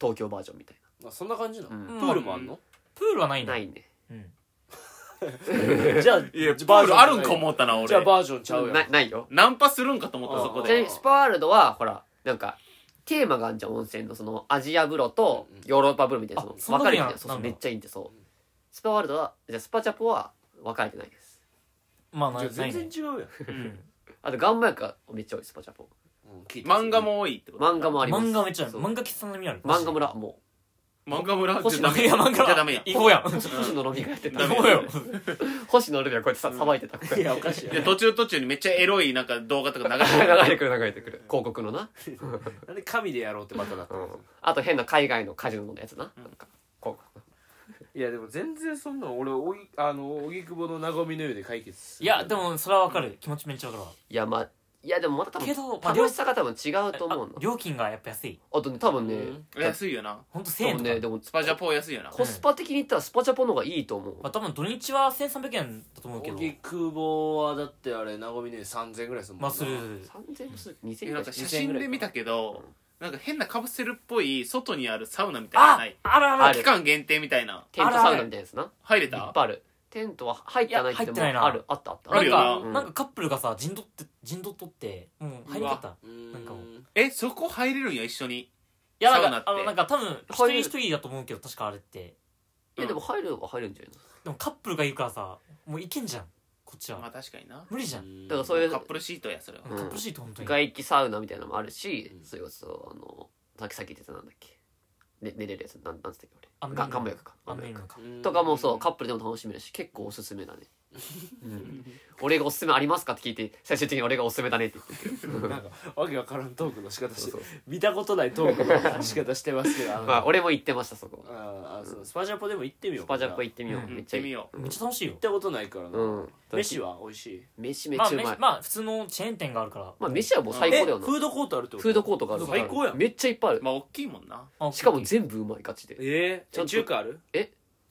S4: 東京バージョンみたい
S1: あそんな感じなの、
S4: うん
S1: プールもあんの、
S3: プールはない
S4: な
S3: のよ
S4: ないね
S3: うん
S1: じゃあ
S2: いや
S1: じゃバー
S2: バール
S1: ジョン
S2: あるんか思ったな俺
S1: じゃあバージョンちゃうやん
S4: なないよ
S2: ナンパするんかと思った
S1: あー
S2: そこ
S4: ちなみ
S2: で
S4: にスパワールドはほらなんかテーマがあるじゃん温泉のそのアジア風呂と
S1: うんうん
S4: ヨーロッパ風呂みたいな
S3: あ
S4: その
S3: そんな
S4: 分
S3: 風に
S4: かれ
S3: な
S4: てるそうそう
S3: なんだ
S4: めっちゃいいんでそうスパワールドはじゃあスパチャポは分かれてないです
S3: まあな
S1: じゃあ
S3: いない
S1: 全
S3: ね
S1: 然違うやん、
S3: うん
S4: あとガンマ薬がめっちゃ多いスパチャポ
S1: うん聞いて
S2: 漫画も多いってこと
S4: 漫画もあります
S3: 漫画めっちゃある
S4: そう
S3: 漫画喫茶の意味ある
S4: 漫画村も
S2: 漫画村
S3: 星
S2: じゃダ
S3: 野
S2: メ
S3: いや漫画
S2: じゃダメや
S3: 行こうやん行
S4: う星野ロビがやってた
S2: ダメ
S3: こうよ
S4: 星野ロビがこうやってささばいてたこう
S1: い
S4: や
S1: や
S4: っ
S1: おかしいやん
S2: で途中途中にめっちゃエロいなんか動画とか流して
S4: て
S2: る
S4: 流れてくる流れてくる広告のな、
S1: なんで神でやろうってまたなった、
S4: うん、あと変な海外のカジノのやつななんか広告
S1: いやでも全然そんなの俺おぎあの荻窪の和みの湯で解決す
S3: い
S1: る
S3: やでもそれはわかる気持ちめっちゃわかるわ
S4: いやまあいやでもまた多
S3: けど
S4: 分
S3: まあ
S4: 楽しさが多分違うと思うの
S3: あ料金がやっぱ安い
S4: あとね多分ね、
S1: うん
S2: 安いよな
S3: ほんと1000
S4: 多
S3: 円
S4: 分
S3: と
S4: ねで
S3: か
S4: も
S2: スパジャポー安いよな
S4: コスパ的に言ったらスパチャポの方がいいと思う、
S3: まあ多分土日は1300円だと思うけど
S1: 荻窪はだってあれ和みの湯3000ぐらいするもんな
S3: まあする
S4: 3000円もする2000
S2: え
S4: 円
S2: なん
S4: も
S2: か
S4: す
S2: 写
S4: る
S2: 真で見たけどなんか変なカプセルっぽい外にあるサウナみたいなの
S3: あ
S2: ない
S3: あらあ
S4: あ
S3: ら
S4: る
S2: 期間限定みたいな
S4: テントサウナみたいなやつないっ
S2: 入れ
S4: ぱい
S2: た
S4: あるテントは入ってない
S3: いや入ってないな
S4: あるあったあった
S2: あるよな
S3: なんかなんかカップルがさ陣取って陣取っとってもう入り方った
S1: うん
S3: なんかもう
S2: えそこ入れるんや一緒に
S3: いや
S2: サウ
S3: な
S2: ナ
S3: ん
S2: っ
S3: か
S2: て
S3: あのなんか多分一人一人だと思うけど確かあれって
S4: えでも入るは入るんじゃないの
S3: でもカップルがいるからさもういけんじゃんこっちは、
S2: まあ確かにな
S3: 無理じゃん
S4: だからそういう
S2: カップルシートやそれは
S4: うん
S3: カップルシート本当に
S4: 外気サウナみたいなのもあるし、
S1: うん
S4: それこそあのさっきさっき言ってたなんだっけ、ね、寝れるやつなんなんつったっけ
S3: あ
S4: 俺
S3: の
S4: がガンバ薬か
S3: あ
S4: ガ
S3: んま
S4: ンバ
S3: り
S4: 薬
S3: な
S4: か
S3: のか
S4: とかもそうカップルでも楽しめるし結構おすすめだね、うん、俺がおすすめありますかって聞いて最終的に俺がおすすめだねって言ってる
S1: なんかわけわからんトークの仕方
S4: そ
S1: し
S4: うそう
S1: て見たことないトークの仕方してますけどあの
S4: まあ俺も行ってましたそこ
S1: あーあーそうスパジャポでも行ってみよう
S4: スパジャポ行
S1: 行
S4: ってみよう、
S3: うん
S4: めっ
S2: 行っ
S4: ちゃ
S2: て
S4: いい
S2: みよう
S3: めっちゃ楽しいよ
S1: っ、たことないからな、
S4: うん
S1: 飯は美味しい
S4: 飯めっ
S3: まあ
S4: ちゃうまい、まあ
S3: め、まあ普通のチェーン店があるから、
S4: 飯はもう最高だよ
S1: え
S4: な
S1: フードコートあるってこと
S4: フードコートがある
S1: 最高やん
S4: めっちゃいっぱいある、
S2: まあ大きいもんな
S3: あ
S4: しかも全部うまいガチで
S1: え
S4: ちゃん
S1: ー、
S4: と
S1: 中華ある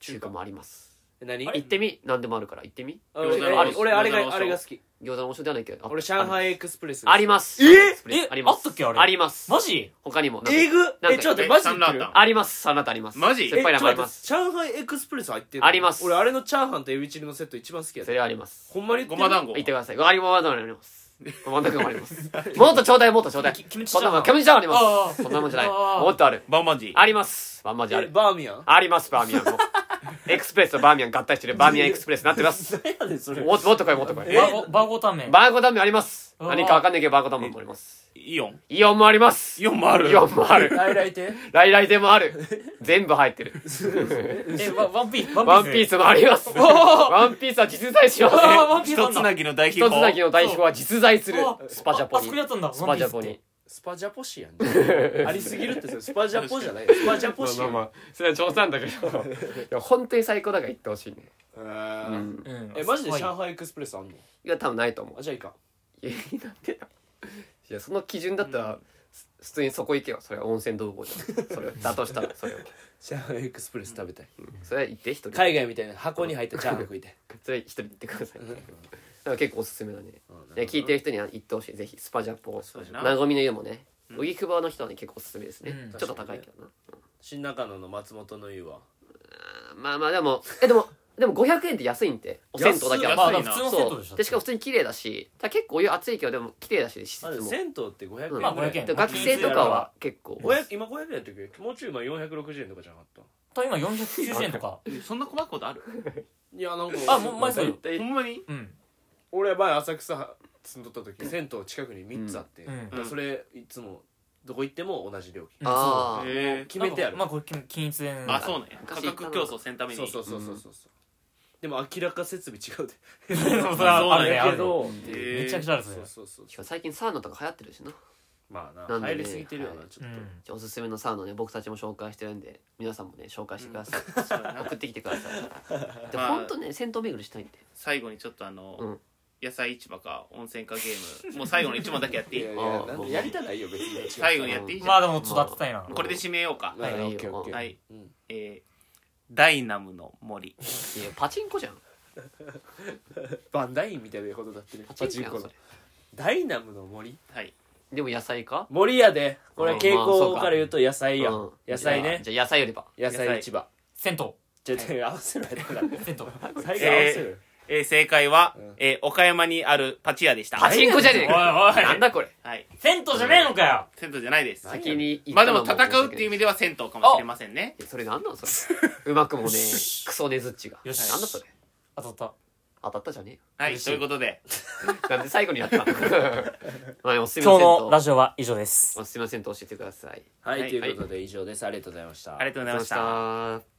S4: 中華もあります
S1: え何
S3: あ
S4: 行ってみ何でもあるから行ってみ
S1: あ
S2: 餃子
S1: 俺
S2: の
S1: あれ俺あれ
S2: 餃子の
S1: が
S2: 王将
S1: あれが好き
S4: 餃子の王将ではないけどあ
S1: 俺上海エクスプレスが好き
S4: あります
S1: え
S3: え
S4: あります
S3: あったっけあれ
S4: あります
S3: マジ
S4: 他にもなんか
S1: えぐ
S4: か
S1: えちょっと待ってマジ
S2: え
S1: で言って
S2: サンラー
S1: る
S2: タン
S4: ありますサラダあります
S2: マジ
S4: 酸っぱい
S1: え
S4: の
S1: ちょ
S4: もあ
S1: っ
S4: り
S1: と
S4: ます
S1: 待って上海エクスプレス入ってるの
S4: あります
S1: 俺あれのチャーハンとエビチリのセット一番好きや
S4: そ
S1: で
S4: れはあります
S1: ほんまに言って
S2: ご
S1: る
S2: ま団子
S4: 行ってくださいありますあります真ん中もありますもっとちょうだいもっとちょうだい
S3: キキムチ
S4: こんなもんキムチチャーハンありますそんなもんじゃない
S3: あー
S4: もっとある
S2: バンバンジー
S4: ありますバンマジあ
S1: え
S4: る
S1: バーミヤン
S4: ありますバーミヤンもエクスプレスとバーミヤン合体してるバーミヤンエクスプレスになってま す
S1: 何やねんそれ
S4: もっともっと来いもっと来い
S3: バーゴバーゴタンメン
S4: バーゴダムあります
S3: あー
S4: 何かわかんないけどバーゴダムもあります
S2: イオン
S4: イオンもあります
S2: イオンもある
S4: イオンもある
S1: 来来亭
S4: 来来店もある全部入ってる
S3: えワワンピースワ
S4: ワ
S3: ン
S4: ン
S3: ピ
S4: ピ
S3: ー
S4: ー
S3: ス
S4: スもあります。ワンピースは実在します。
S3: あワンピース
S2: 一つなぎの大秘
S4: 一つ
S2: 宝
S4: なぎの代表は実在する
S3: あ。
S4: スパジャポ
S3: ああそこにあ
S4: に。
S3: ったんだ
S4: スパジャポ
S3: ワン
S4: に。
S1: スパジャポシや んありすぎるってそれスパジャポじゃないよスパジャポシやん
S4: あ、それは冗談だけど。いや、本当に最高だから行ってほしいね。
S1: え
S4: う
S1: ー
S4: ん。
S3: ピースってうん
S1: えマジで
S3: はい
S1: 上海エクスプレスあんの
S4: いや、多分ないと思
S1: あじゃあいいか
S4: う。いや、なんでだいや、その基準だったら、普通にそこ行けよ。それは温泉同房じゃん。それ、だとしたら、それを。
S1: 上海エクスプレス食べたい
S4: それは行って、一人。
S1: 海外みたいな箱に入ったチャーハン食い て
S4: それ一人で行ってください。だから結構おすすめだね。
S1: うん
S4: いや聞いてる人には行ってほしい。ぜひ、スパジャポ。
S2: そうじゃな
S4: なごみの湯もね。
S2: うん
S4: 荻窪の人はね、結構おすすめですね
S3: うん。
S4: ちょっと高いけどな。
S1: 新中野の松本の湯は
S4: まあまあでもえでもでも500円って安いんでお銭湯だ
S2: 安
S4: け
S2: い
S4: は
S3: まあ
S2: 安いな
S3: 普通のセッ
S4: そ
S3: トでしょ
S4: うでしかも普通に綺麗だしだから結構お湯熱いけどでも綺麗だし施
S1: あ
S4: 設
S1: れ
S4: も、
S1: 銭湯って500円ぐ
S4: うん
S1: らい
S3: まあ500円
S4: で学生とかは結構
S1: 500今500円やったっけもうちょい今460円とかじゃなかった
S3: と今490円とか
S2: そんな細いことある
S1: いやなんか
S3: あもう前そう
S4: 絶
S3: よ
S4: 対
S2: ほんまに
S3: うん
S1: 俺前浅草住んどった時銭湯近くに3つあって、
S3: うん
S1: だからそれいつもどこ行っても同じ料金、
S4: あー
S2: へ
S1: 決めてやる、
S3: まあこれ金金一円
S2: あそうなんや価
S4: 昔
S2: 格競争せんために
S1: そうそうそうそうそうそうでも明らか設備違う で
S3: そうそう
S2: まあそう
S3: あ
S2: なん
S3: るね
S2: や
S3: あ
S1: だ
S3: る
S1: け
S3: ね
S1: ど
S2: へー
S3: めちゃくちゃあるそ
S1: そ
S3: れ
S1: うそうそう
S4: しかも最近サウナとか流行ってるしな
S1: まあな
S4: なんでね
S1: 入りすぎてるよな
S4: は
S1: ち
S3: う
S1: ょっと、
S3: ん
S4: じゃあおすすめのサウナね僕たちも紹介してるんで皆さんもね紹介してください、
S2: そうやな
S4: 送ってきてくださ いで
S2: まあ
S4: 本当ね銭湯巡りしたいんで
S2: 最後にちょっとあ
S4: う
S2: の
S4: ん
S2: 野菜市場か温泉かゲームもう最後の一問だけやってい
S1: い
S2: い
S1: やい
S4: あ
S1: や
S4: ー
S1: なんでやりたないよ別に
S2: 最後にやっていいじ
S3: ま
S2: ゃ
S3: あ
S2: ん
S3: でもちょっと当てたいな
S2: これで締めようか
S1: は
S4: は
S1: い、
S4: いいい
S1: オ
S4: よ
S1: ッケーオッケー
S2: はい
S1: うん
S2: えーダイナムの森
S4: いやパチンコじゃん
S1: バンダインみたいなほどだってね
S4: パチンコ
S1: パ
S4: やんそれ
S1: ダイナムの森
S2: はい
S4: でも野菜か
S1: 森やでこれ
S4: うん
S1: 傾
S4: まあそう
S1: 向
S4: か
S1: から言うと野菜や、
S4: うん
S1: 野菜ね
S4: じゃあじゃあ野菜よりば
S1: 野
S2: 野
S1: 菜
S2: 菜
S1: 市場
S3: 銭湯
S1: ちょっと合わせろやったから
S3: 銭湯
S1: 最後合わせる
S2: えー正解は
S1: うん
S2: えー岡山にあるパチ屋でした
S4: パチンコじゃねえか
S3: おいおい
S4: なんだこれ
S2: はい
S3: 銭湯じゃねえのかよ
S2: 銭湯じゃないです
S1: はい
S4: 先に行
S2: ま
S4: っ
S2: あで
S4: たの
S2: も戦うっていう意味では銭湯かもしれませんね
S4: いやそれなんなんそれうまくもねクソネズッチが
S3: よし
S4: なんだそれ
S3: 当たった
S4: 当たったじゃね
S2: は
S3: 嬉
S2: い
S3: しい
S2: ということで
S4: えよなんで最後にやったの はいおすすめ
S3: 今
S4: の
S3: 日のラ
S4: 銭
S3: ジオは以上です
S4: 湯おすすめの銭湯教えてください
S1: は
S2: はい
S1: いということで以上ですありがとうございました
S2: ありがとうございました
S4: ありがとうございました